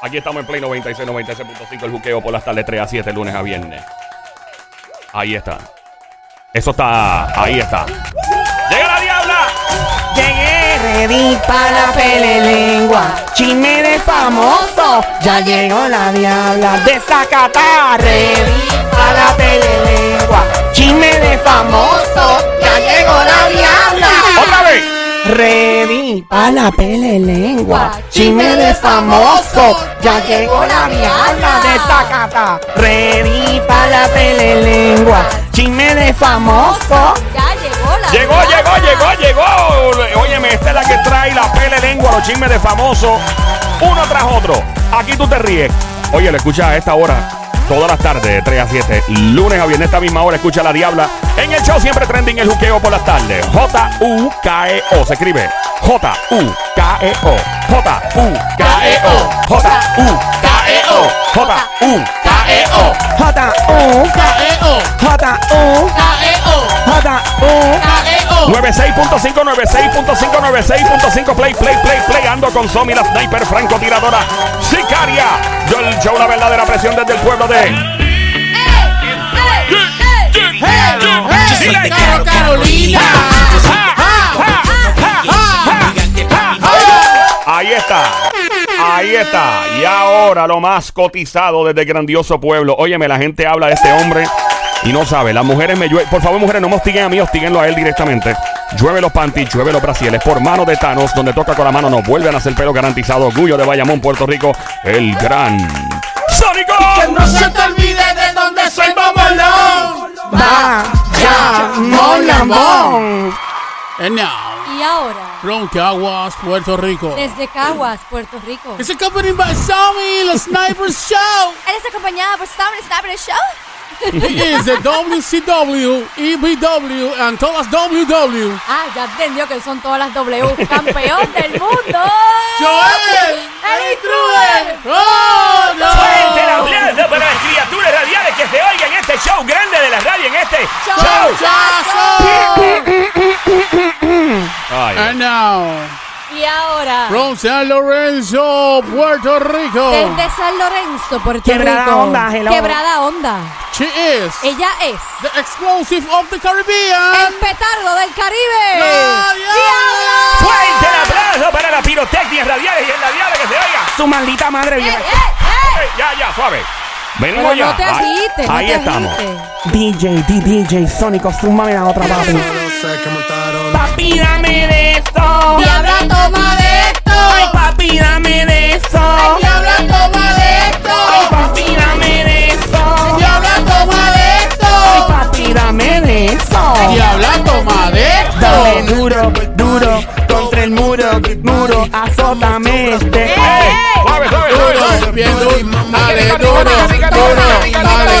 Aquí estamos en Play 96, 96.5, el juqueo por las tardes 3 a 7, lunes a viernes. Ahí está. Eso está, ahí está. ¡Llega la diabla! Llegué ready para la pele lengua, chisme de famoso, ya llegó la diabla de Zacatá. Ready para la pele lengua, chisme de famoso, ya llegó la diabla. ¡Otra vez! Ready para la pele lengua, chisme de famoso, ya llegó la diabla de Zacatá. Ready para la pele lengua, chisme de famoso. Ya llegó la. Llegó, llegó, diabla. llegó, llegó. Óyeme, esta es la que trae la pele lengua, los chismes de famosos, uno tras otro. Aquí tú te ríes. Oye, lo escucha a esta hora, todas las tardes, de 3 a 7, lunes a viernes, esta misma hora, escucha a la diabla. En el show siempre trending el juqueo por las tardes. J-U-K-E-O, E se escribe. J-U-K-E-O. J-U-K-E-O. J-U-K-E-O. J-U-K-E-O. J-U, J-U, J-U. 96.5, 96.5, 96.5 Play, play, play, play Ando con Somi, la sniper francotiradora Sicaria Yo el show, la verdadera presión desde el pueblo de Eh, Dile Caro Carolina. Ahí está Ahí está Y ahora lo más cotizado desde el grandioso pueblo Óyeme, la gente habla de este hombre Y no sabe, las mujeres me llueven Por favor, mujeres, no me hostiguen a mí, hostiguenlo a él directamente Llueve los panties, llueve los brasiles Por mano de Thanos, donde toca con la mano Nos vuelven a hacer pelo garantizado Orgullo de Bayamón, Puerto Rico El gran Sónico No se te olvide de dónde soy, Bombolón. Va, ya, monamón. And now, Y ahora, from Caguas, Puerto Rico. desde Caguas, Puerto Rico, It's accompanied by Sammy, the Sniper Show. eres acompañada por Stabler Stabler Show. He is the WCW, EBW, E and todas las WW. Ah, ya entendió que son todas las W. ¡Campeón del mundo! Joel, ¡El intruder! ¡Oh, Fuerte el no! aplauso para las criaturas radiales que se oigan en este show grande de la radio en este show. ¡Chachazo! Ay, Ah, And now, Y ahora, from San Lorenzo, Puerto Rico, desde San Lorenzo, Puerto Quebrada Rico. Onda, hello. Quebrada Onda. she is Ella es the explosive of the Caribbean. el petardo del Caribe. ¡La Diabla! fuerte el aplauso para las pirotecnias radiales y en la diabla que se oiga. Su maldita madre. ¡Eh, viene. eh, eh! Ey, Ya, ya, suave. Pero Venimos ya. no te Ahí- agites, no ahí te estamos. agites. DJ, D- DJ, Sónico, súmame la otra papi. Papi, dame de eso. Diabla, toma de Ay, esto. papi, dame de eso. Diabla, toma de Ay, esto. papi, dame de eso. Diabla, toma de Ay, esto. papi, dame de eso. Diabla, toma de Dale esto. duro, duro, contra el muro, muro, azótame este. Ey, Suave, suave, suave. suave. Duro, bien duro. Dale duro, duro, dale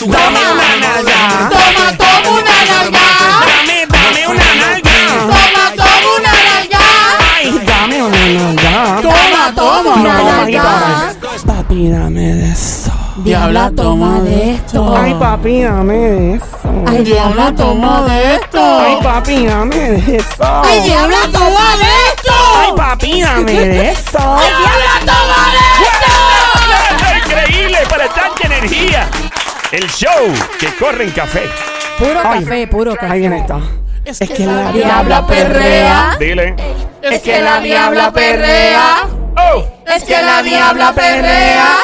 Dame una nalga. Toma, toma una nalga. Dame, dame una nalga. Toma, toma una nalga. Ay, dame una nalga. Toma, toma No, una papi, nalga. dame. Papi, dame de eso. Diabla, toma de esto. Ay, papi, dame de eso. Ay, Diabla, toma de Ay, esto. papi, dame de eso. Ay, diabla, toma de Ay, esto. papi, dame de eso. Diabla, toma de esto. Está increíble para tanta energía. El show que corre en café. Puro Ay. café, puro Ahí café. viene esta. Es que la Diabla perrea. Dile. Es que la diabla perrea. Oh. Es que la diabla perrea.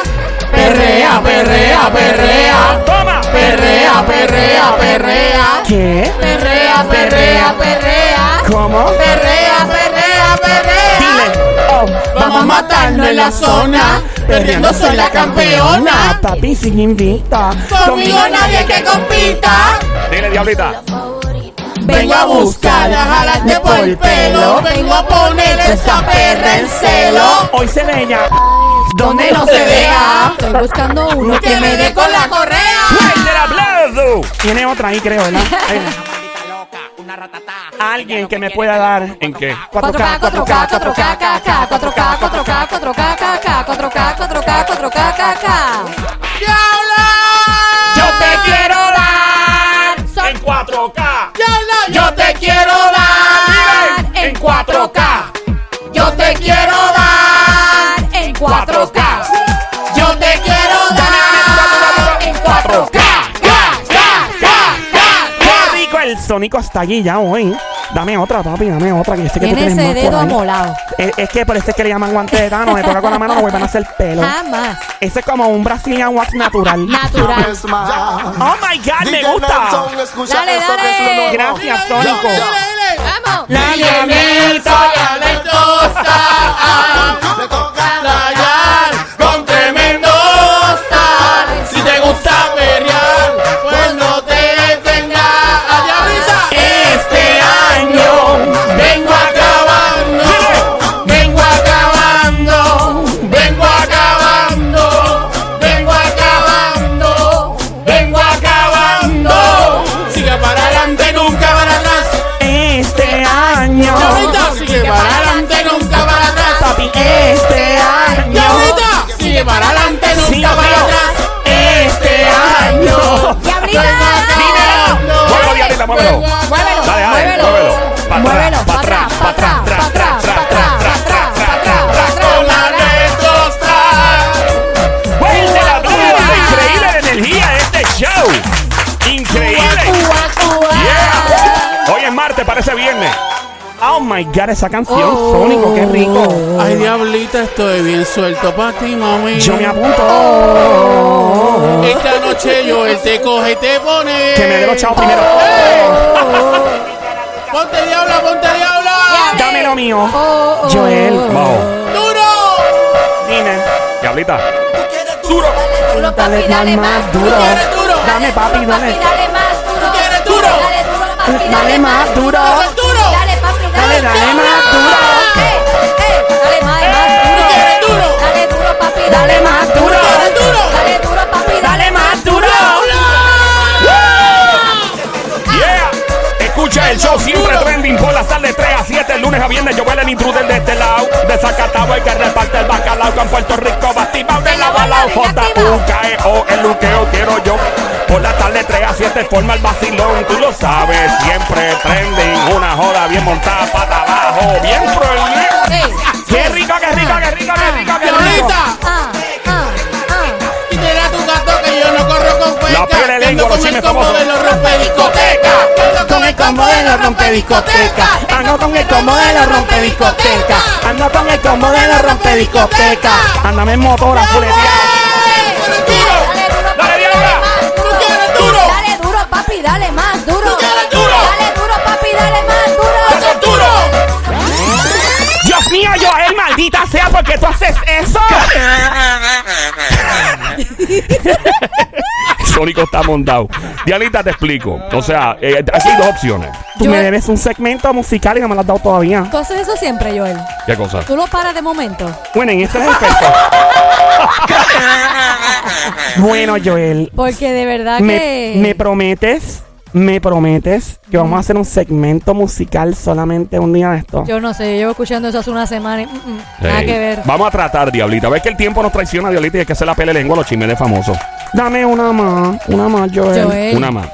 Perrea, perrea, perrea. Toma. Perrea, perrea, perrea. ¿Qué? Perrea, perrea, perrea. ¿Cómo? Perrea, perrea, perrea. Vamos a matarnos en la zona. Perdiendo soy la campeona. Papi, sigue invita. Conmigo nadie que compita. Dile, diablita. Vengo a buscar a jalarte por el pelo. Vengo a poner esa perra en celo. Hoy se ve ella. Donde no se vea. Estoy buscando uno Que me dé con la correa. Fuerte el aplauso. Tiene otra ahí, creo, ¿verdad? Ahí. Alguien que me pueda dar. ¿En qué? 4K, 4K, 4K, 4K, 4K, 4K, 4K, 4K, 4K, 4K, 4K, 4K. Yo te quiero dar. En 4K. Sónico hasta allí ya hoy. Dame otra, papi, dame otra, que yo sé que tú Tiene tienes ese más por dedo ahí. amolado. Es, es que parece que le llaman guante de Thanos, me toca con la mano, no vuelven a hacer pelo. Jamás. Ese es como un Brazilian wax natural. Ah, Natural. Oh my god, me gusta. Dale, dale. Gracias, Sónico. Vamos. La Soy talentosa. Me toca Rayar con tremendo star. Si te gusta pelear, pues no te detengas. Diablita. Este año vengo acabando, vengo acabando, vengo acabando, vengo acabando, vengo acabando. Sigue para adelante, nunca para atrás. Este año. Diablita, sigue para adelante, nunca para atrás. Papi, este año. Diablita, sigue para adelante, Sí, nunca para pero- atrás. Este año. Diablita. Muévelo, Diablita, muévelo. Muévelo, Dale, dale, muévelo. muévelo. Pa' atrás, pa' Muévelo, pa' atrás, atrás, pa' atrás, pa' pa' atrás, pa' atrás, pa' atrás, pa' atrás, pa' atrás. Con la retrostar. ¡Vuelve la tuya! Increíble la energía de este show. Increíble. Yeah. Hoy es martes, parece viernes. Oh my god, esa canción, Oh. Sónico, qué rico. Ay, diablita, estoy bien suelto para ti, mami. Yo me Oh. apunto. Esta noche yo él te coge y te pone. Que me dé los chavos primero. Ponte diabla, ponte diabla. Dame lo mío. Oh, oh. Joel. Vamos. Duro. Dime. Diablita. Duro, papi, dale más Tú duro. quieres duro. Dame, papi, Duro, dame. dale más duro. quieres duro? Dale duro, papi, Dale más duro. Dame duro. Dale, papi, Dale, dale. dale más duro. Eh, eh, Dale más, más duro. Tú quieres duro. Dale duro, papi, Dale más duro. Dale duro. Dale duro, papi, Dale más duro. Yeah. Escucha el show siempre trending por las tardes 3 a 7, el lunes a viernes. Yo vuelo el intruder de este lado. De Zacatau, el que reparte el bacalao. Con Puerto Rico, Batibao de la balao. j u k e o el luqueo quiero yo. Por las tardes 3 a 7 forma el vacilón. Tú lo sabes, siempre trending. Una joda bien montada, pata abajo. Bien prohibido. Ey. Qué rico, qué rico, qué rico, qué rico, qué rico. Ah, Diablita. ah, ah. Quítela tu gato que yo no corro con La cueca. piel de Que ando lengua, los con el chismes combo famosos. de los rompediscotecas. Que ah. ando con el combo de los rompediscotecas. Ando con el combo de los rompediscotecas. Ando con el combo de los rompediscotecas. Andame en motora, fuleteado. Dale duro, Dale, papi, Diabla. dale más duro. Tú quieres duro. Dale duro, papi, dale más duro. Dale quieres duro. duro, papi, dale más duro. ¡Eso es duro! Dios mío, Joel, maldita sea, porque tú haces eso? Sónico está montado. Dialita, te explico. O sea, eh, aquí hay dos opciones. Tú Joel. me debes un segmento musical y no me lo has dado todavía. Tú haces eso siempre, Joel. ¿Qué cosa? Tú lo paras de momento. Bueno, en este es el efecto. bueno, Joel, Porque de verdad me, que. me prometes, me prometes que vamos a hacer un segmento musical solamente un día de esto. Yo no sé, yo llevo escuchando eso hace una semana y mm, mm, nada Ey, que ver. Vamos a tratar, Diablita. Ves que el tiempo nos traiciona, Diablita, y hay que hacer la pele lengua a los chismes de famosos. Dame una más, una más, Joel. Joel. Una más.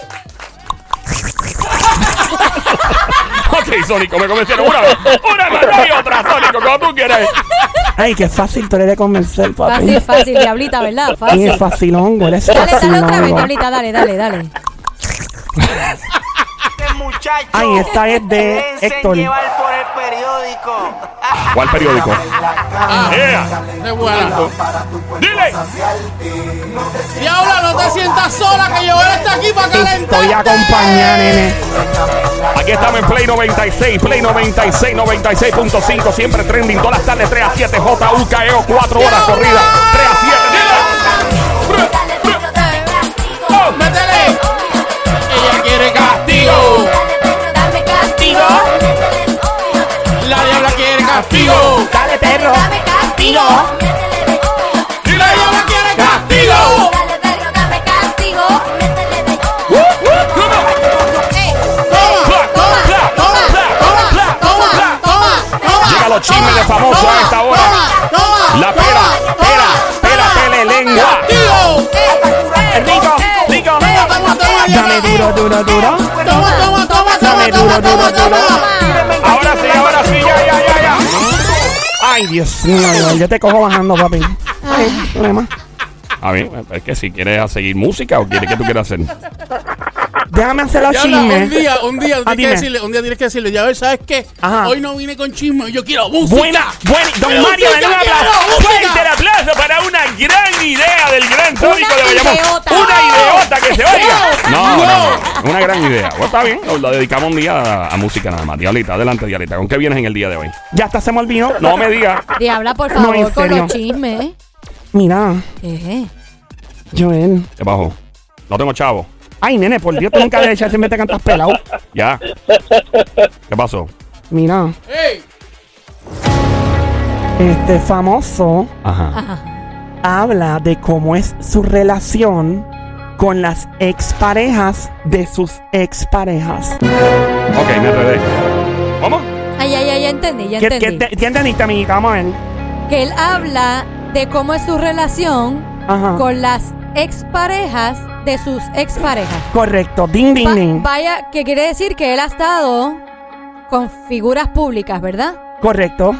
ok, Sónico, me convencieron. Una más, una más, no hay otra, Sónico, como tú quieres. Ay, qué fácil tú eres de convencer, papi. Fácil, fácil, diablita, ¿verdad? Fácil. es facilongo, eres Dale, dale otra vez, facilongo. diablita, dale, dale, dale. este muchacho Ay, esta es de déjense Héctor. llevar por el periódico. ¿Cuál periódico? Ah, De buena. Dile. Diabla, no te sientas sola, que yo está aquí para calentarte. Estoy acompañada, nene. Aquí estamos en Play 96, Play 96, 96.5, siempre trending, todas las tardes 3 a 7, JUKEO, 4 E horas corridas, 3 a 7, dile. Oh, ¡Métele! Ella quiere castigo. La diabla quiere castigo. Dale, perro. castigo. Y la diabla quiere castigo. Dale, perro, dame castigo. uh, uh, come on. Toma, toma, toma, toma, toma, toma, toma. Llega los chismes de famosos toma, a esta hora. Toma, toma, La pera, toma, pera, toma, pera, toma, pele, toma, lengua. Castigo. Rico, rico. Toma, toma, toma, Dame diabla. duro, duro, duro. Toma, toma, toma, toma, Dame duro, toma, toma, duro, toma. Ahora sí, ahora sí, ya, ya, ya, ya. Ay, Dios mío, Joel, yo te cojo bajando, papi. Ay, problema. A mí, es que si quieres a seguir música o quieres que tú quieras hacer. Déjame hacer los Ya habla, un chismes. día, un día, Ah, tienes que dime. decirle, un día tienes que decirle, ya ves, ¿sabes qué? Ajá. Hoy no vine con chisme, yo quiero música. Buena, buena. Don Pero Mario, música, denle un aplauso. quiero música. Fuerte el aplauso para una gran idea del gran tónico de Bayamón. ideota. Una ideota que se oiga. ¡Oh! ¡Oh! No, No. no, no. Una gran idea. Bueno, está bien. Lo, lo dedicamos un día a, a música nada más. Diablita, adelante, Diablita. ¿Con qué vienes en el día de hoy? Ya hasta se me olvidó. No me digas. Diabla, por No, favor, en con serio. los chismes. Mira, Ejé. Joel. ¿Qué bajo? No tengo chavo. Ay, nene, por Dios, tú nunca le echas siempre te cantas pelado. Ya. ¿Qué pasó? Mira, ¡Ey! este famoso Ajá. habla de cómo es su relación con las exparejas de sus exparejas. Ok, me enredé. ¿Cómo? Ay, ay, ay, ya entendí, ya ¿Qué, entendí. qué te- ¿Qué entendiste, amiguita? Vamos a ver. Que él habla de cómo es su relación Ajá. con las exparejas de sus exparejas. Correcto. Ding, Va- ding, ding. vaya, que quiere decir que él ha estado con figuras públicas, ¿verdad? Correcto.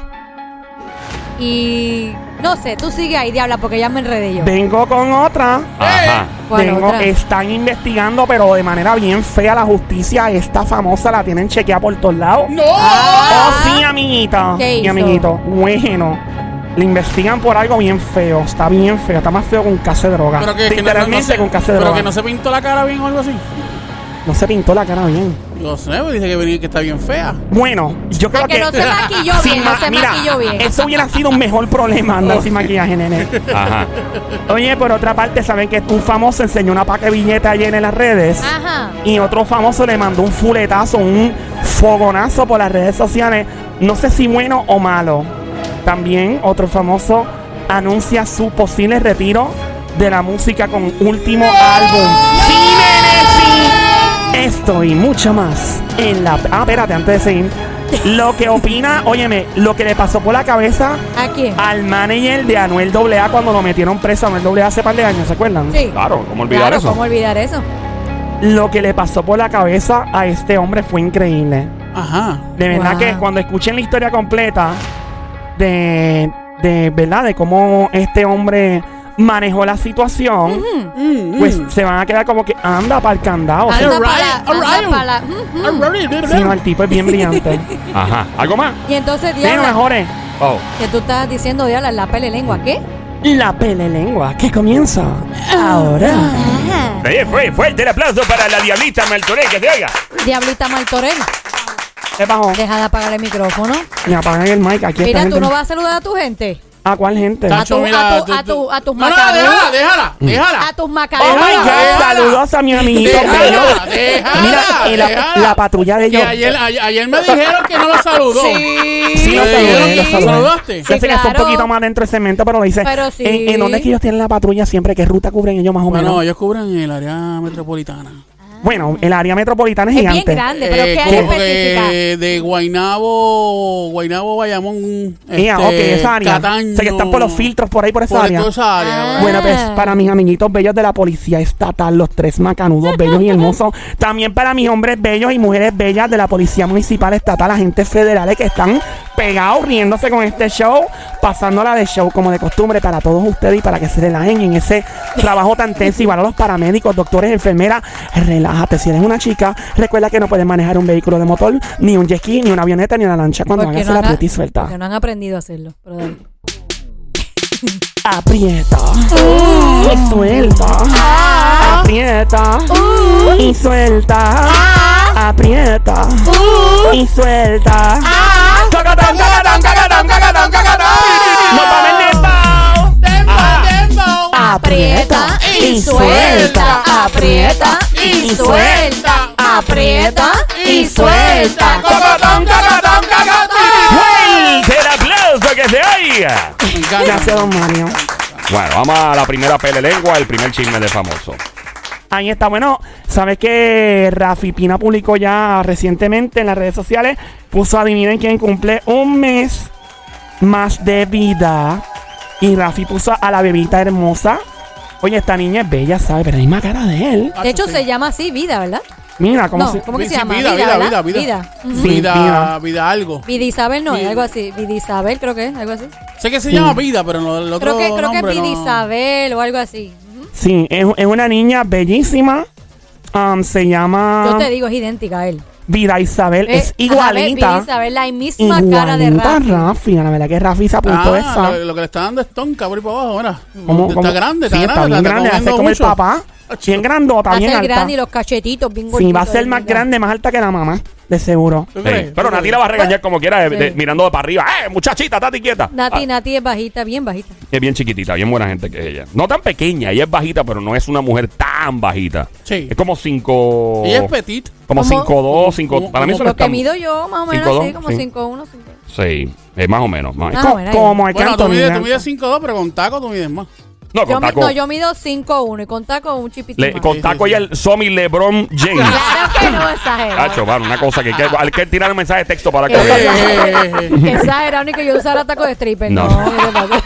Y no sé, tú sigue ahí, diabla, porque ya me enredé yo. Vengo con otra. ¡Eh! Ajá. ¿Cuál Vengo- otra? están investigando, pero de manera bien fea la justicia. Esta famosa la tienen chequeada por todos lados. ¡No! Oh, sí, amiguita. ¿Qué Y hizo? amiguito. Bueno. Le investigan por algo bien feo. Está bien feo. Está más feo que un caso de droga. Pero que, que no- no, no Literalmente se, con caso de pero droga. que no se pintó la cara bien o algo así. No se pintó la cara bien. Yo sé, me dice que venía que está bien fea. Bueno, yo creo Ah, que no se maquilló sin bien, no ma- se mira, maquilló bien. Eso hubiera sido un mejor problema andar Oh. sin maquillaje, nene. Ajá. Oye, por otra parte, saben que un famoso enseñó una paca de billete ayer en las redes. Ajá. Y otro famoso le mandó un fuletazo, un fogonazo por las redes sociales. No sé si bueno o malo. También otro famoso anuncia su posible retiro de la música con último álbum. ¡Sí, nene, sí! Esto y mucho más en la. Ah, espérate, antes de seguir. Lo que opina, óyeme, lo que le pasó por la cabeza ¿A quién? al manager de Anuel AA cuando lo metieron preso a Anuel AA hace par de años, ¿se acuerdan? Sí. Claro, ¿cómo olvidar Claro, eso? ¿Cómo olvidar eso? Lo que le pasó por la cabeza a este hombre fue increíble. Ajá. De verdad Wow. que cuando escuchen la historia completa de, de verdad de cómo este hombre manejó la situación, Mm, mm. pues se van a quedar como que anda para el candado. Anda Alright, para- anda alright. para- mm, mm. Sí, no, el tipo es bien brillante. Ajá. ¿Algo más? Y entonces, Pero diabla, mejores, Oh. que tú estás diciendo, diabla, la pele lengua, ¿qué? la pelelengua que comienza ahora. Ahí fue, fuerte el aplauso para la diablita Maltoré, que te oiga. Diablita Martorell, ¿Qué pasó? deja de apagar el micrófono. Me apagan el mic aquí. Mira, está tú gente- no vas a saludar a tu gente. ¿A cuál gente? A tu- a tu- a tu- a tus No, no, macarrones. déjala, déjala, Mm. déjala. A tus Oh my macarrones. God, Déjala. saludos a mi amiguito Pedro. Déjala, déjala, Mira, eh, la- déjala. la patrulla de Que ellos. ayer, ayer, ayer me dijeron que no la saludó. Sí. Sí, lo Me saludé, dijeron lo que saludé. saludaste. Yo sé que está un claro. poquito más dentro del cemento, pero lo dice. Pero sí. ¿En, en dónde es que ellos tienen la patrulla siempre? ¿Qué ruta cubren ellos más o menos? Bueno, eh, ellos cubren el área metropolitana. Bueno, el área metropolitana es Es gigante. bien grande, pero Eh, ¿qué área como específica? de, de Guaynabo, Guaynabo, Bayamón, este, Ea, ok, esa área. Cataño. Sé que están por los filtros por ahí, por esa Por área. toda esa área. Ah. ¿verdad? Bueno, pues para mis amiguitos bellos de la policía estatal, los tres macanudos bellos y hermosos. También para mis hombres bellos y mujeres bellas de la policía municipal estatal, agentes federales que están pegados riéndose con este show, pasándola de show como de costumbre para todos ustedes y para que se relajen en ese trabajo tan tenso. Igual a los paramédicos, doctores, enfermeras, relájate. Si eres una chica, recuerda que no puedes manejar un vehículo de motor, ni un jet ski, ni una avioneta, ni una lancha. Cuando Porque hagas no la han- aprieta y suelta. porque no han aprendido a hacerlo. pero dale. Aprieta. Y suelta. Ah. Aprieta. Y suelta. Ah. Aprieta. Y suelta. Ah. Cacatán, cacatán, cacatán, cacatán, cacatán. Nos vamos en dembow. Dembow, dembow. Aprieta y suelta, aprieta y suelta, aprieta y suelta. Cacatán, cacatán, cacatán. ¡Fuerte el aplauso que se oiga! Ah. Me encanta. Gracias, don Mario. Bueno, vamos a la primera pele lengua, el primer chisme de famoso. Ahí está. Bueno, sabes que Rafi Pina publicó ya recientemente en las redes sociales. Puso adivinen quién cumple un mes más de vida. Y Rafi puso a la bebita hermosa. Oye, esta niña es bella, ¿sabes? Pero la misma cara de él. Ah, De hecho, sí. se llama así vida, ¿verdad? Mira, como No, si. ¿cómo que se Sí, llama? vida, vida, ¿verdad? vida, vida. vida. Ujú. Sí, vida. Vida, vida algo. Vida Isabel no es Vida. algo así. Vida Isabel creo que es algo así. Sé que se llama vida, pero no el otro Creo que, creo que es nombre Vida no. Isabel o algo así. Ujú. Sí, es, es una niña bellísima. um, se Yo llama te digo, es idéntica a él. Vida Isabel. Eh, Ah. es ajá, ve, igualita. ve, Isabel, la misma cara de Igualita a Rafi. Rafi. La verdad que Rafi se apuntó Ah, esa. lo, lo que le está dando es tonca por ahí para abajo ahora. ¿Cómo- está cómo? grande, está Sí, grande. bien la grande. Hace comiendo como el mucho. papá. Bien grandota, Va a bien ser alta. grande y los cachetitos bien Sí, gorditos. va a ser más bien grande, más alta que la mamá, de seguro. ¿Tú Sí, crees? Pero ¿Tú Nati crees? la va a regañar como quiera, de- de- Pues, Sí. mirando de para arriba. ¡Eh, muchachita, estate quieta! Nati, Ah, Nati es bajita, bien bajita. es bien chiquitita, bien buena gente que es ella. No tan pequeña, ella es bajita, pero no es una mujer tan bajita. Sí. Es como cinco... Ella es petit. Como Como- 5'2, 5... como- Para mí como eso no Lo es tan- que mido yo, más o menos cinco así, dos, como sí. 5'1, 5'2. Sí, eh, más o menos. más- Ah, Co- bueno, ahí. como el Bueno, canto. tú mides, tú mides 5'2, pero con taco tú mides más. No, Yo, con mi- taco. no, yo mido 5'1 y con taco un chipito Le- más. con taco y el Somi LeBron James. Claro que no exagerado. Cacho, mano, una cosa que hay que, hay que tirar un mensaje de texto para Eh, que Exagerado ni que yo usara taco de stripper. eh, No. No, no, no, no.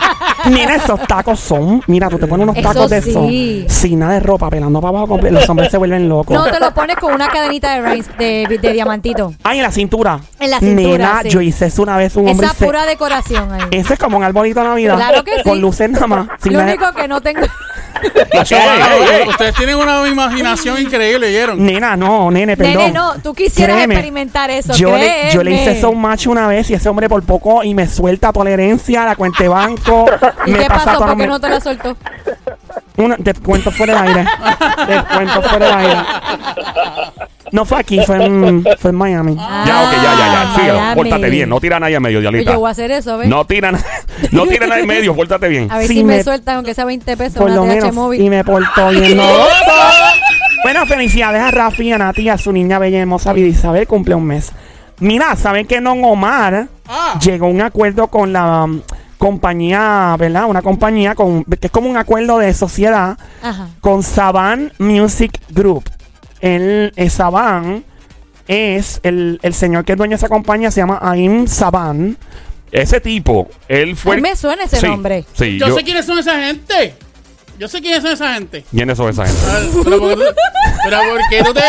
Mira esos tacos son. Mira, tú te pones unos Eso tacos de sí. esos. Sin nada de ropa, pelando para abajo. con- Los hombres se vuelven locos. No, te lo pones con una cadenita de, reins- de, de diamantito. Ay, en la cintura. En la cintura, Nena, sí. yo hice eso una vez. Un hombre Esa se- Eh, pura decoración ahí. Eso es como un arbolito de Navidad. Claro que sí. Con luces nada más. sin Lo nada- único que no tengo. Ey, ey, eh. ey. Ustedes tienen una imaginación increíble, ¿oyeron? Nena, no, nene, perdón. Nene, no, tú quisieras Créeme, experimentar eso. Yo le, yo le hice créeme. eso a un macho una vez y ese hombre por poco y me suelta toda la herencia, la cuenta de banco. ¿Y me qué pasa pasó? toda la- ¿Por qué no te la soltó? Una, te cuento fuera del aire. te cuento fuera del aire. No fue aquí, fue en, fue en Miami. Ya, ok, ya, ya, ya. Ah, Síguelo, Miami. pórtate bien. No tira a nadie en medio, Oye, Dialita. yo voy a hacer eso, ¿ves? No tira, na- no tira a nadie en medio, pórtate bien. a ver si si, me, me- sueltan, aunque sea 20 pesos, por una lo TH menos. móvil. Y me portó bien. No. bueno, felicidades a Rafi, a Nati, a su niña bella y hermosa Vida Isabel, cumple un mes. Mira, ¿saben que Don Omar Ah. llegó a un acuerdo con la um, compañía, ¿verdad? Una compañía con, que es como un acuerdo de sociedad Ajá. con Saban Music Group. El, eh, Saban es el, el señor que es dueño de esa compañía, se llama Aim Saban. Ese tipo, él fue. A mí me suena ese Sí, nombre. Sí, Yo yo. sé quiénes son esa gente. Yo sé quiénes son esa gente. ¿Quiénes son esa gente? Pero ¿por qué tú- pero ¿por qué tú te...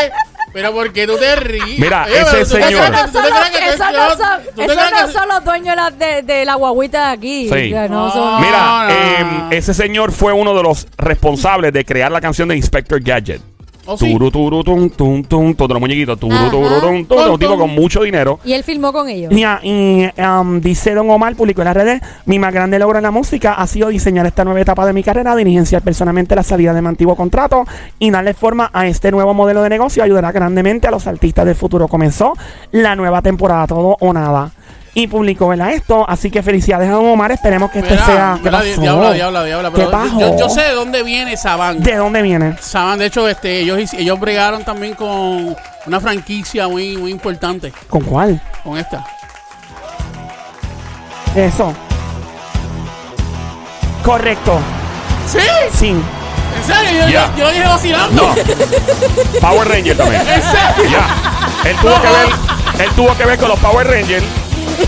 Pero ¿por qué tú te ríes? Mira, Oye, pero ese tú te señor- Eso crees que- no tú son te los, crees que- eso tú- no son- tú te eso crees no que- son los dueños de la, de, de la guaguita de aquí. Sí. Ya, no son- Ah. Mira, No, no, eh, no. ese señor fue uno de los responsables de crear la canción de Inspector Gadget. Oh, sí. Turu, turu, tum, tum, tum, todo los muñequitos. Turu, Ajá. turu, tum, tum, Tum, un tipo tum. con mucho dinero. Y él filmó con ellos. Y, ah, y, um, dice Don Omar, publicó en las redes, mi más grande logro en la música ha sido diseñar esta nueva etapa de mi carrera, dirigenciar personalmente la salida de mi antiguo contrato y darle forma a este nuevo modelo de negocio ayudará grandemente a los artistas del futuro. Comenzó la nueva temporada, todo o nada. Y publicó ¿verdad? esto, así que felicidades a Don Omar, esperemos que este Mira, sea... ¿Qué mira, pasó? diabla, diabla, diabla, ¿Qué pero pasó? yo, yo sé de dónde viene esa banda. ¿De dónde viene? Saban, de hecho, este, ellos, hic- ellos bregaron también con una franquicia muy, muy importante, ¿Con cuál? con esta. Eso. Correcto. ¿Sí? Sí. ¿En serio? Yo, Ya. yo, yo lo dije vacilando. No. Power Ranger también. ¿En serio? Ya. Él tuvo que ver, él tuvo que ver con los Power Rangers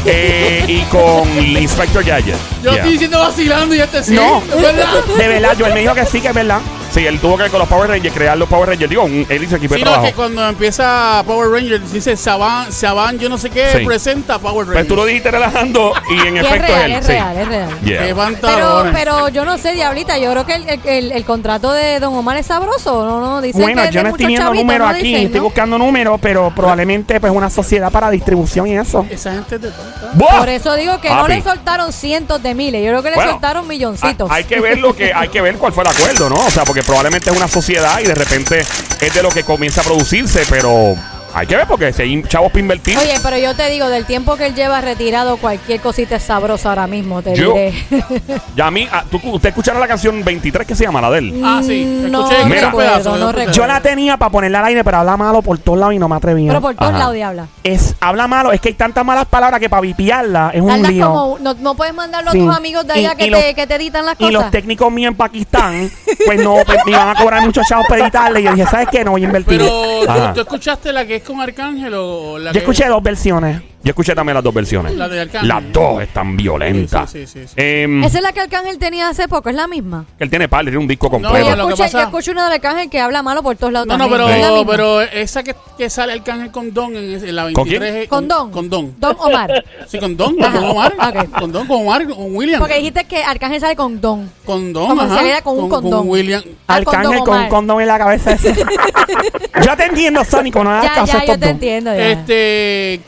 eh, y con Inspector Gadget. Yo Ya. estoy diciendo vacilando y este sí. No. ¿Verdad? De verdad, yo él me dijo que sí, que es verdad. Sí, él tuvo que ver con los Power Rangers, crear los Power Rangers. Digo, un- él hizo equipo de Sí, no, es trabajo. que cuando empieza Power Rangers dice Saban, Saban, yo no sé qué, Sí. presenta Power Pues Rangers. tú lo dijiste relajando y en Y es efecto real, él. es sí. real, es real. Yeah. Qué Pero, pantalones. pero yo no sé, Diablita, yo creo que el, el- el- el contrato de Don Omar es sabroso, ¿no? no dicen bueno, que es yo de no estoy muchos viendo chavitos, números ¿no aquí, dicen, estoy no? buscando números, pero probablemente pues una sociedad para distribución y eso. Esa gente es de tonta. ¡Buah! Por eso digo que no Papi. le soltaron cientos de miles, yo creo que le Bueno, soltaron milloncitos. Ah, hay que ver lo que hay que ver cuál fue el acuerdo, ¿no? O sea, porque probablemente es una sociedad y de repente es de lo que comienza a producirse, pero hay que ver porque si hay chavos para invertir. Oye, pero yo te digo, del tiempo que él lleva retirado, cualquier cosita es sabrosa ahora mismo, te Yo- diré. Ya a mí, ah, tú, usted escucharon la canción 23 que se llama la de él. Ah, sí. Mm, No Escuché Mira. un pedazo, recuerdo, no un pedazo. Yo la tenía para ponerla al aire, pero habla malo por todos lados y no me atreví. pero por todos Ajá. lados, Diabla. Es, habla malo, es que hay tantas malas palabras que para vipiarla es un Tardas lío. como, no, no puedes mandarlo Sí. a tus amigos de Y- allá que, y te, los- que te editan las Y los cosas. técnicos míos en Pakistán, pues no, pues, me iban a cobrar muchos chavos para editarle. Y yo dije, ¿sabes qué? No voy a invertir. Pero ¿tú, Ajá. tú escuchaste la que es con Arcángel o la yo escuché dos versiones. Yo Yo escuché también las dos versiones. La de Arcángel. las dos están violentas. Sí, sí, sí, sí. Em, Esa es la que Arcángel tenía hace poco, es la misma. que él tiene par, tiene un disco Yo completo. lo que escuché, pasa- yo escuché una de Arcángel que habla malo por todos lados No, no, también. pero, Es la misma. pero esa que, que sale el cángel con Don en, es- en la ¿Con quién? 23. es- Con Don. Con Don. Don Omar. Sí, con Don, con Ajá. Don Omar. Ok. Con Don, con Omar, con William. Porque dijiste que Arcángel sale con Don. Con Don, como si ajá. saliera con un condón. Con William. Ah, Arcángel condón, con Omar. condón en la cabeza. ese. ya te entiendo, Sónico. No hagas Ya, caso a ya, Ah, estos yo te dos. entiendo. ya. Este,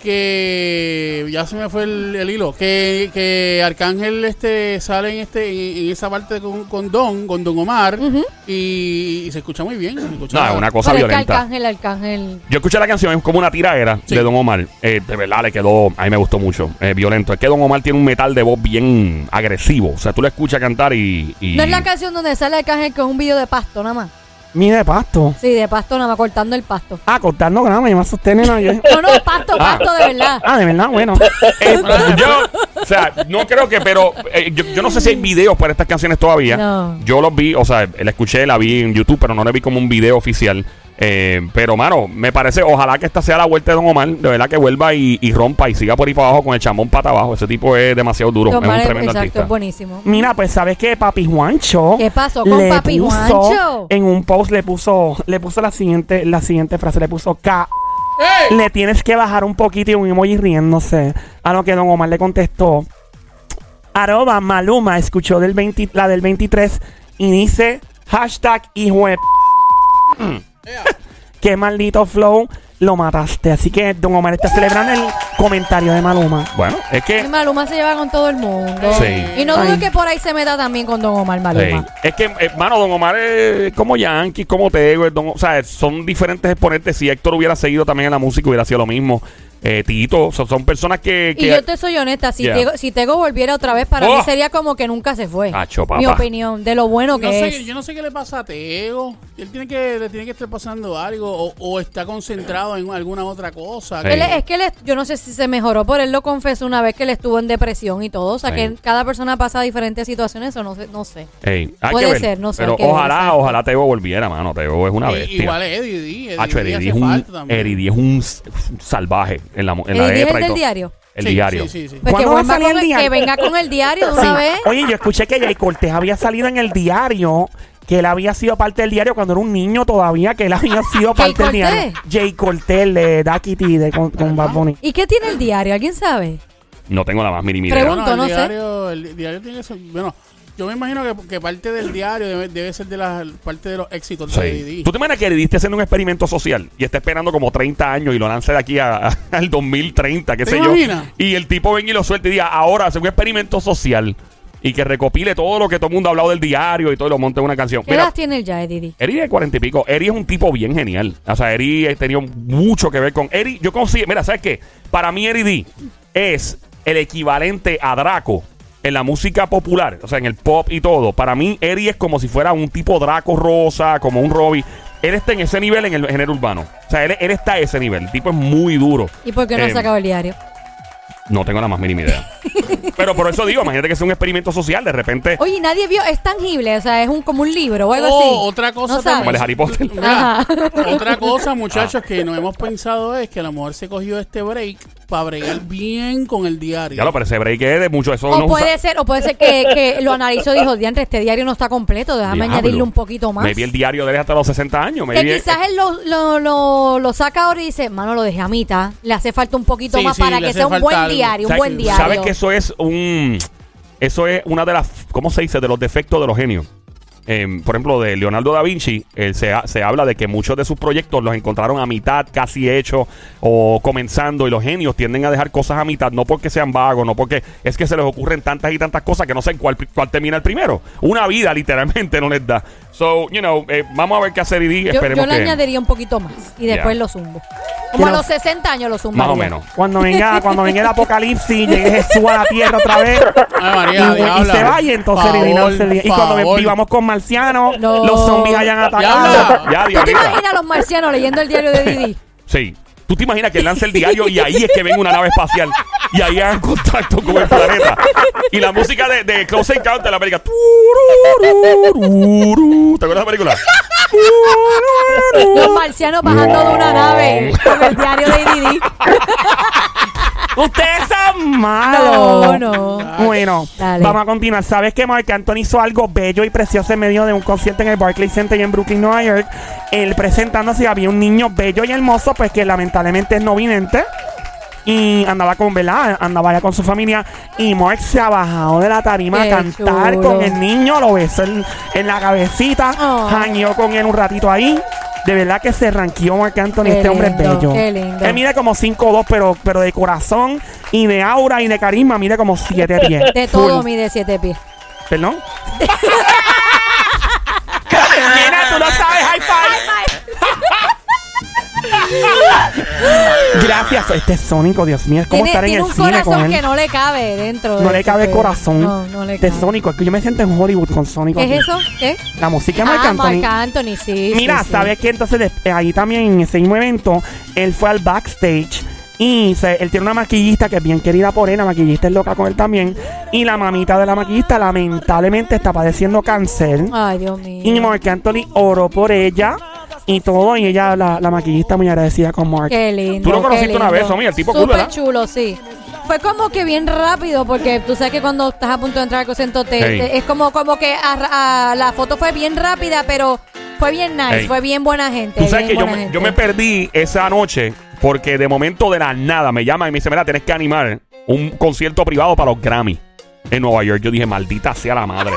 que ya se me fue el, el hilo. Que, que Arcángel este, sale en, este, en, en esa parte con, con Don, con Don Omar. y, y se escucha muy bien. se escucha- No, es una cosa Pero es que violenta. Arcángel, Arcángel. Yo escuché la canción, es como una tiraera Sí. de Don Omar. Eh, de verdad le quedó, a mí me gustó mucho. eh, violento. Es que Don Omar tiene un metal de voz bien agresivo. O sea, tú le escuchas cantar y. y- Eh, No es la canción donde sale Arcángel con un video de pasto nada más. Mira de pasto. Sí, de pasto nada más, cortando el pasto. Ah, cortando grama y más sostener. No, yo- No, no, pasto, pasto, de verdad. Ah, de verdad, bueno. Eh, yo, o sea, no creo que, pero eh, yo, yo no sé si hay videos para estas canciones todavía. No. Yo los vi, o sea, la escuché, la vi en YouTube, pero no la vi como un video oficial. Eh, pero, mano, me parece, ojalá que esta sea la vuelta de Don Omar. De verdad que vuelva y, y rompa y siga por ahí para abajo con el chamón pata abajo. Ese tipo es demasiado duro. Don es un Omar, tremendo exacto, artista. es buenísimo. Mira, pues sabes que Papi Juancho. ¿Qué pasó con le Papi puso- Juancho? En un post le puso, le puso la siguiente, la siguiente frase, le puso K. ¡Ey! Le tienes que bajar un poquito y un emoji riéndose. A lo que Don Omar le contestó. Aroba Maluma escuchó del 20 la del 23 y dice hashtag hijo de p- Qué maldito flow, lo mataste. Así que Don Omar está celebrando el comentario de Maluma. Bueno, es que. Y Maluma se lleva con todo el mundo. Sí. Y no dudo Ay. que por ahí se meta también con Don Omar Maluma. Sí. Es que, hermano, Don Omar es como Yankee, como Tego, es Don- o sea, son diferentes exponentes. Si Héctor hubiera seguido también en la música, hubiera sido lo mismo. Eh, Tito, o sea, son personas que... Y que- yo te soy honesta, si, Yeah. Tego, si Tego volviera otra vez, para Oh. mí sería como que nunca se fue. Acho, Mi papá. opinión, de lo bueno que No sé, es. yo no sé qué le pasa a Teo. Él tiene que, le tiene que estar pasando algo o, o está concentrado en alguna otra cosa. Sí. Él es es que él es- yo no sé si se mejoró, pero él lo confesó una vez que él estuvo en depresión y todo. O sea, Sí. que cada persona pasa diferentes situaciones, o no sé. No sé. Ey, hay Puede que ver. ser, no sé, Pero hay que ver, ojalá, exacto. ojalá Tego volviera, mano. Tego es una Eh, bestia. igual es Eddie D. Eddie Hacho, D Eddie hace D es un, falta también. Eddie D es un s- salvaje en la, mu- en la Eddie D es letra y el del todo. diario. El Sí, diario. Sí, sí, sí. Pues que, ¿Cuándo va a vuelva salir con el el- diario? que venga con el diario de una Sí. vez. Oye, yo escuché que Jay Cortés había salido en el diario, que él había sido parte del diario cuando era un niño todavía, que él había sido Jay parte del Cortés. diario. Jay Cortés de Daquiti de, con, con Bad Bunny. ¿Y qué tiene el diario? ¿Alguien sabe? No tengo la más mínima idea. Pregunta. punto, el no sé. diario, El diario tiene que ser. Bueno, yo me imagino que, que parte del diario debe, debe ser de la parte de los éxitos de Eddie Sí. D. ¿Tú te imaginas que Eddie D esté haciendo un experimento social y está esperando como 30 años y lo lanza de aquí a- a- al 2030, qué ¿Te sé yo? imaginas? Y el tipo venga y lo suelta y diga, ahora hace un experimento social y que recopile todo lo que todo el mundo ha hablado del diario y todo y lo monte en una canción. ¿Qué Mira, edad tiene el ya, Didi? Eri de cuarenta y pico. Eri es un tipo bien genial. O sea, Eri ha tenido mucho que ver con. Eri, yo consigo. Mira, ¿sabes qué? Para mí, Eri D es el equivalente a Draco en la música popular, o sea, en el pop y todo. Para mí, Eri es como si fuera un tipo Draco rosa, como un Robbie. Él está en ese nivel en el género urbano. O sea, él, él está a ese nivel. El tipo es muy duro. ¿Y por qué no Em. Eh, ha sacado el diario? No tengo la más mínima idea. Pero por eso digo, imagínate que sea un experimento social. De repente, Oye, nadie vio, es tangible, o sea, es un como un libro o algo Oh, así. otra cosa No también. Como el Harry Potter. Ah. Mira, Ajá. otra cosa, muchachos, que no hemos pensado es que a lo mejor se cogió este break para bregar bien con el diario. ya lo parece break es de mucho eso. O no usa- puede ser, o puede ser que, que lo analizó y dijo, diantre, este diario no está completo, déjame Diablo. añadirle un poquito más. Maybe el diario de él es hasta los 60 años. Que maybe- quizás él lo, lo, lo, lo saca ahora y dice, mano, lo dejé a mitad, le hace falta un poquito Sí, más sí, para le que hace sea un falta buen algo. diario, un ¿Sabes- buen diario. ¿Sabes que eso es un. Eso es una de las. ¿Cómo se dice? De los defectos de los genios. Em, por ejemplo, de Leonardo da Vinci, él se, ha- se habla de que muchos de sus proyectos los encontraron a mitad, casi hechos o comenzando, y los genios tienden a dejar cosas a mitad, no porque sean vagos, no porque es que se les ocurren tantas y tantas cosas que no saben cuál, cuál termina el primero. Una vida literalmente no les da. So, you know, eh, vamos a ver qué hacer y Yo- yo, esperemos le que... añadiría un poquito más y después Yeah. lo zumbo. Como a Quiero- los 60 años lo zumbo. Más o menos. Cuando venga, cuando venga el apocalipsis, llegue Jesús a la tierra otra vez. Ay, Y, María, y diabla. se vaya entonces Favor, Eddie, no se le- Y cuando favor. vivamos con marcianos, No. los zombies hayan atacado. Diabla. Ya, ¿Tú te diablita. imaginas a los marcianos leyendo el diario de Didi? Sí. ¿Tú te imaginas que él lanza el diario y ahí es que venga una nave espacial y ahí hagan contacto con el planeta? Y la música de, de Close Encounter de la película. Tururururu. ¿Te acuerdas de la película? Los marcianos bajando de una nave con el diario de Didi. Ustedes son No, malos. no. Bueno, Dale. vamos a continuar. ¿Sabes que Marc Anthony hizo algo bello y precioso en medio de un concierto en el Barclays Center y en Brooklyn, Nueva York? Él presentándose, había un niño bello y hermoso, pues que lamentablemente es no vidente. Y andaba con, ¿verdad? Andaba ya con su familia. Y Mark se ha bajado de la tarima Qué a cantar chulo. con el niño. Lo besó en, en la cabecita. Oh. Jangueó con él un ratito ahí. De verdad que se ranqueó Marc Anthony. Qué este hombre es lindo, bello. qué lindo. Él mide como 5'2, pero, pero de corazón y de aura y de carisma mide como 7 pies. De Full. todo mide siete pies. ¿Perdón? Mira, tú no sabes high five. Gracias. Este es Sónico, Dios mío. Es como Tiene, estar en tiene el un cine con corazón que él. no le cabe dentro. No de le este cabe pelo. corazón No, no le de cabe. Sónico. Es que yo me siento en Hollywood con Sónico. ¿Qué aquí. es eso? ¿Qué? La música de Marc Ah, Anthony. Marc Anthony, sí. Mira, sí, sí. ¿sabes qué? Entonces, des- eh, ahí también en ese mismo evento, él fue al backstage y se- él tiene una maquillista que es bien querida por él, la maquillista es loca con él también. Y la mamita de la maquillista lamentablemente está padeciendo cáncer. Ay, Dios Y mío. Mark Anthony oró por ella y todo, y ella, la, la maquillista, muy agradecida con Mark. Qué lindo. Tú lo conociste qué lindo. una vez, Somi, el tipo cool, Súper ¿verdad? chulo, sí. Fue como que bien rápido, porque tú sabes que cuando estás a punto de entrar al concierto, te- Hey. te- es como, como que a- a- la foto fue bien rápida, pero fue bien nice, Hey. fue bien buena gente. Tú sabes bien que yo buena me, gente. yo me perdí esa noche porque de momento de la nada me llaman y me dicen, mira, tienes que animar un concierto privado para los Grammy en Nueva York. Yo dije, maldita sea la madre.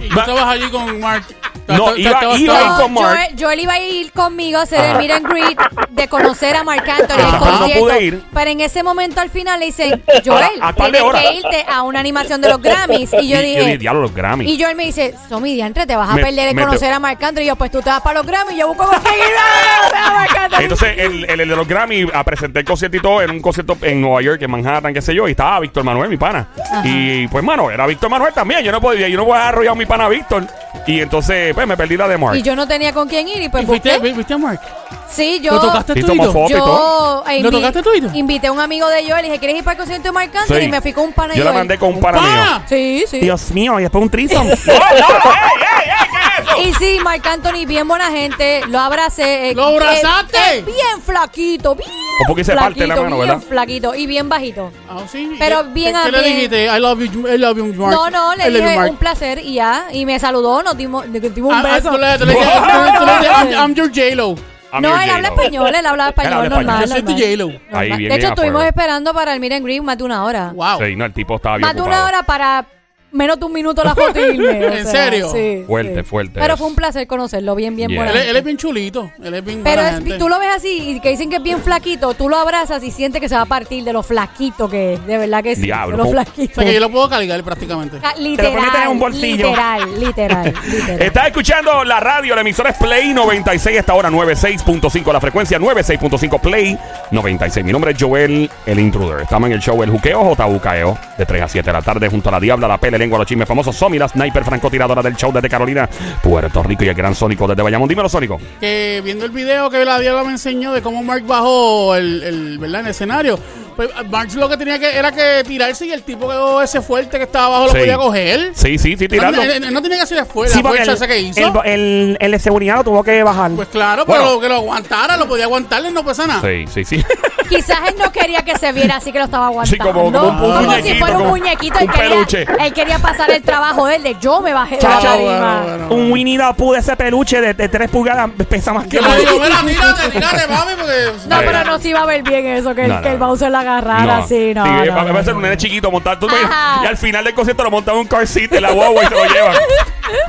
Y tú estabas allí con Mark. No, Tú iba- estabas- iba estabas- ahí con Mark. Joel, Joel iba a ir conmigo a hacer el meet and greet de conocer a Marc Anthony en Ajá. el Pero no concierto. pude ir. Pero en ese momento al final le dicen, Joel, ¿A cuál de tienes hora? que irte a una animación de los Grammys. Y yo dije, diablo, los Grammy. y Joel me dice, Somi Diantre, te vas a Me- perder de me- conocer a Marc Anthony. Y yo, pues tú te vas para los Grammys. Y yo busco conseguir a conocer a Marc Anthony. Entonces, el, el, el de los Grammy, a presenté el concierto y todo, en un concierto en Nueva York, en Manhattan, qué sé yo, y estaba Víctor Manuel, mi pana. Y pues, mano, era Víctor Manuel también. Yo no podía, yo no podía arrollar a mi pana Víctor. Y entonces, pues, me perdí la de Mark. Y yo no tenía con quién ir. Y pues ¿Y fuiste, busqué. vi- ¿Viste a Mark? Sí, yo. ¿Lo tocaste Sí, tú? somos fotos. y Yo todo. eh, ¿Lo invi- tocaste tú, Ito? invité a un amigo de Joel y dije, ¿quieres ir para el concierto de Marc Anthony? Sí. Y me fui con un pana de Yo la Joel. mandé con un pana mío. ¡Pana! Sí, sí. Dios mío, y después un trison. ¡No, no! ¡Ey, ey, ey! ¿Qué es eso? Y sí, Marc Anthony, bien buena gente. Lo abracé. eh, ¡Lo eh, abrazaste! eh, bien flaquito, bien. O porque se parte la flaquito, mano, bien ¿verdad? flaquito y bien bajito. Ah, sí. Pero ¿Qué- bien ¿Qué le bien. dijiste? I love you, I love you, Mark. No, no, I le love you, dije Mark. un placer y ya. Y me saludó, nos dimos, nos dimos un Ah, ah, beso. tú le- tú le dijiste, No, I'm- tú le dijiste, I'm- no. I'm your J-Lo. A mí no, el él habla J-Lo. español, él habla español, habla español. normal. Yo soy tu normal. J-Lo. Ahí, Normal. bien, de bien hecho, a estuvimos fuego. esperando para el Meet and Greet más de una hora. Wow. Sí, no, el tipo estaba bien Más de una ocupado. hora para menos de un minuto la foto y irme, o ¿En sea, serio? sí, Fuerte, sí. fuerte Pero es. fue un placer conocerlo, bien, bien Yeah. buena Él, es- él gente. es bien chulito. Él es bien Pero buena es- gente. tú lo ves así y que dicen que es bien flaquito, tú lo abrazas y sientes que se va a partir de lo flaquito que es, de verdad que sí, Diablo, de lo ¿cómo? O flaquito. sea que yo lo puedo cargar prácticamente. Ah, Te lo puedes meter Literal, en un bolsillo. literal, literal, literal. Estás escuchando la radio, la emisora es Play 96, esta hora 96.5, la frecuencia 96.5 Play 96. Mi nombre es Joel, el intruder. Estamos en el show El Juqueo, JUKEO, E de 3 a 7 de la tarde, junto a la Diabla, la Pele, Lengua, los chismes famosos, Somi, la sniper francotiradora del show desde Carolina, Puerto Rico y el gran Sónico desde Bayamón. Dímelo, Sónico. que viendo el video que la diabla me enseñó de cómo Mark bajó el, el- ¿verdad? en el escenario, pues Mark lo que tenía que era que tirarse y el tipo quedó ese fuerte que estaba abajo Sí. lo podía coger. Sí, sí, sí, tirando. No, él- él no tenía que hacer esfuerzo, Sí, la porque fuerza el, esa que hizo. el- el- el de seguridad lo tuvo que bajar. pues claro, Bueno. pero que lo aguantara, lo podía aguantarle, no pasa nada. Sí, sí, sí. Quizás él no quería que se viera, así que lo estaba aguantando. Sí, como- como un- un si muñequito, fuera un como muñequito. un él, peluche. quería, él quería pasar el trabajo de él, de yo me bajé de la Ah, Chacha, bueno, tarima. bueno, bueno. Un Winnie the Pooh de ese peluche de, de 3 pulgadas pesa más que Yo la le digo, mira, tírate, tírate, mami, porque No, Eh. pero no se iba a ver bien eso, que, No, el, que el no, no. Bowser la agarrara así, no. Sí, no, va, va a no. ser un nene chiquito montar. tú Ajá. ves, y al final del concierto lo montan en un car seat en la guagua y se lo llevan.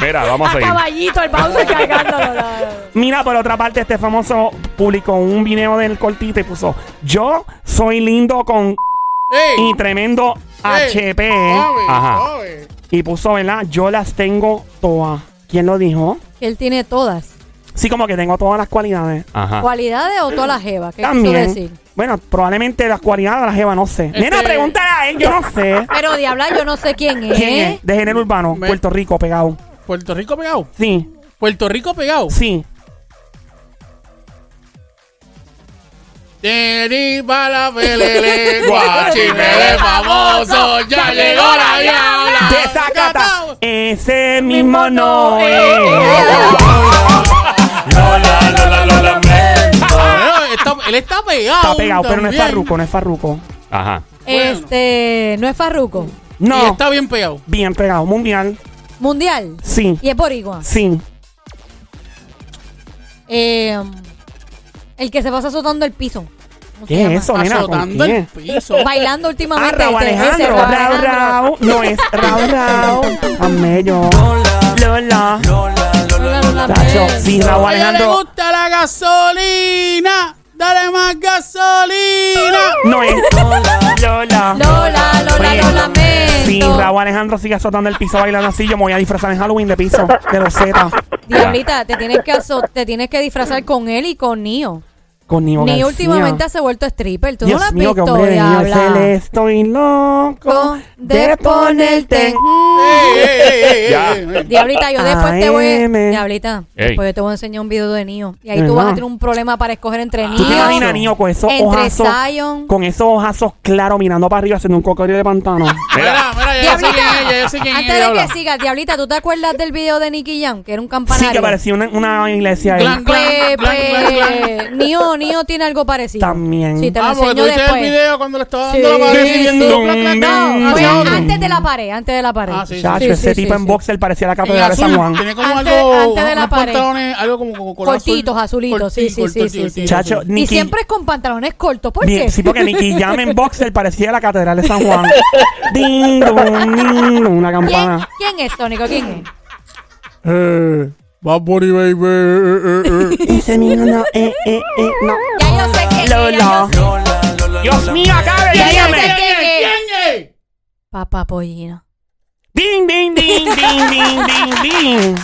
Mira, vamos a A seguir. caballito, el Bowser cargándolo. no, no. Mira, por otra parte, este famoso publicó un video del cortito y puso: Yo soy lindo con ¡Ey! y tremendo HP. ¡Ove, Ajá. ove! Y puso, ¿verdad? Yo las tengo todas. ¿Quién lo dijo? Él tiene todas. Sí, como que tengo todas las cualidades. Ajá. ¿Cualidades o todas las jevas? ¿Qué quiso También. decir? Bueno, probablemente las cualidades de la jeva, no sé. Este- Nena, pregúntale a él, yo no sé. Pero diabla, yo no sé quién es. ¿Quién es? De género urbano, Me- Puerto Rico, pegado. Puerto Rico pegado. Sí, Puerto Rico pegado. sí. Deriva la pelelengua, chisme de famoso, ya llegó la diabla. Desacata. Ese mismo no eh, es. Lola, Lola, lo lamento. Pero Ah, está- él está pegado. Está pegado, pero no es también. farruco, no es farruco. Ajá. Bueno. Este, no es Farruco. Y No. está bien pegado. Bien pegado, mundial. Mundial. Sí. Y es Boricua. Sí. Eh, el que se pasa azotando el piso. ¿Cómo se ¿Qué llama? es eso, nena? ¿Con Azotando quién el es? piso. Bailando Ah, últimamente. Raúl este- ese, Alejandro. Raúl Raúl, Alejandro. Raúl. No es Raúl, Raúl. Amé yo. Lola. Lola, Lola, Tacho, Lola. sí, Raúl A ella le Alejandro. gusta la gasolina. Dale más gasolina. No es Lola. Lola, Lola, Oye, lo lamento. Si Raúl Alejandro sigue azotando el piso bailando así, yo me voy a disfrazar en Halloween de piso, de loseta. Diablita, te tienes, que aso- te tienes que disfrazar con él y con Nio. Con Nio Ni García. últimamente se ha vuelto stripper. Tú no Dios lo has mío, qué visto, hombre de Nio es él. diabla. Estoy loco De ponerte. en- Ey, ey, ey, ey, ey, Ya. ey, ey. Diablita, yo después te voy. AM. Diablita, Ey. después yo te voy a enseñar un video de Nio. Y ahí ¿Verdad? tú vas a tener un problema para escoger entre Nio. ¿Tú te imaginas, Nio, con esos Ah. entre ojazos? Zion. Con esos ojazos claros mirando para arriba haciendo un cocodrilo de pantano. Mira, mira, ya yo sé quién es ella, ya sé quién es antes ella, de que habla. siga, Diablita, ¿tú te acuerdas del video de Nicky Jam? Que era un sí, campanario. que parecía una, una iglesia ahí. Glam, Pues, glam, glam, glam, pues, Nio, Nio tiene algo parecido. También. Sí, te lo Ah, porque enseño tú viste el después. video cuando le estaba Sí, dando la pared y viendo. sí. bla, bla, bla, No, fue hacia otro. antes de la pared, antes de la pared. Ah, sí, sí, Chacho, sí, ese sí, tipo sí, en sí. boxer parecía la En catedral de San azul, Juan. tiene como Antes- algo, antes de la unos pared. pantalones, algo como, como color azul. Cortitos, azulitos, Corti- sí, sí, cortito, sí, sí, sí. Chacho, sí. Y Nicky- siempre es con pantalones cortos, ¿por Bien, qué? sí, porque Nicky Jam en boxer parecía la catedral de San Juan. ding, dong, ding, dong, una ¿Quién, campana. quién es, Tónico? ¿Quién es? Eh, Bad Bunny, baby. eh, eh, eh. Ese mío no, eh, eh, eh, no. Ya yo sé quién es. ya yo Lola. sé- Dios mío, acabe, ya dígame. sé quién es. ¿Quién es? Papá Pollino. Ding, ding, ding, ding, ding, ding, ding.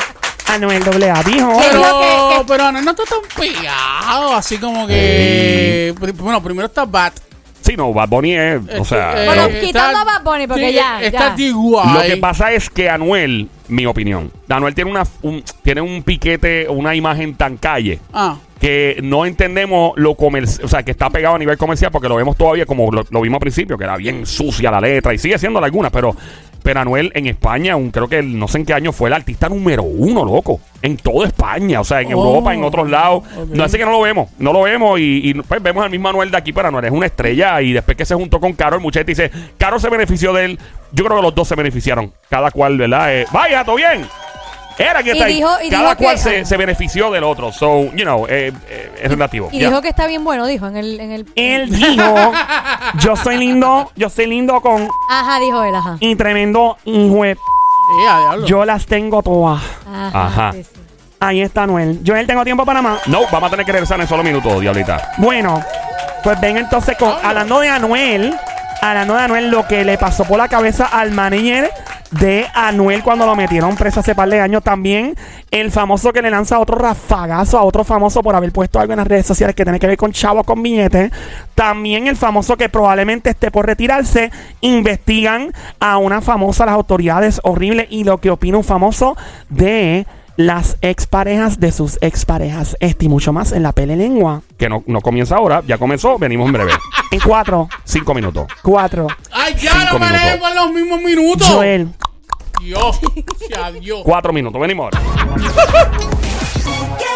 Anuel doble A, dijo. Pero- Pero, que- que- pero no, no está tan pegado, así como que... pri- Bueno, primero está Bat. Sí, no, Bad Bunny es. O sea. Eh, Bueno, lo- está- quitando a Bad Bunny, porque sí, ya, Está ya. D.Y. Lo que pasa es que Anuel, mi opinión, Anuel tiene una un, tiene un piquete, una imagen tan calle Ah, que no entendemos lo comercial, o sea, que está pegado a nivel comercial porque lo vemos todavía como lo, lo vimos al principio, que era bien sucia la letra y sigue siendo algunas, pero pero Anuel en España, un, creo que el- no sé en qué año fue el artista número uno, loco, en toda España, o sea, en Oh, Europa, en otros lados. ok. No sé que no lo vemos, no lo vemos y, y, pues vemos al mismo Anuel de aquí, pero Anuel es una estrella y después que se juntó con Carol, mucha gente dice, Carol se benefició de él, yo creo que los dos se beneficiaron, cada cual, ¿verdad? Eh, vaya, todo bien. Era que Y está ahí. dijo- y Cada dijo que- cual se, se benefició del otro. So, you know, eh, eh, es relativo. Y Yeah. dijo que está bien bueno, dijo en el... En el Él dijo, yo soy lindo, yo soy lindo con Ajá, dijo él, ajá. y tremendo hijo de p- ella, Eh, diablo. Yo las tengo todas. Ajá. Ajá. sí, sí. Ahí está Anuel. Yo él tengo tiempo para más. No, vamos a tener que regresar en solo minutos, diablita. Bueno, pues ven entonces con, hablando de Anuel, hablando de Anuel, lo que le pasó por la cabeza al manager de Anuel cuando lo metieron preso hace par de años también, el famoso que le lanza otro rafagazo a otro famoso por haber puesto algo en las redes sociales que tiene que ver con chavos con billetes, también el famoso que probablemente esté por retirarse, investigan a una famosa, las autoridades, horrible, y lo que opina un famoso de las exparejas de sus exparejas, este y mucho más en la pele lengua. Que no, no comienza ahora, ya comenzó, venimos en breve. En cuatro, Cinco minutos. cuatro. Ay, ya Cinco no me minutos. leemos en los mismos minutos. Joel. Dios, sea Dios. Cuatro minutos, venimos ahora. Yeah.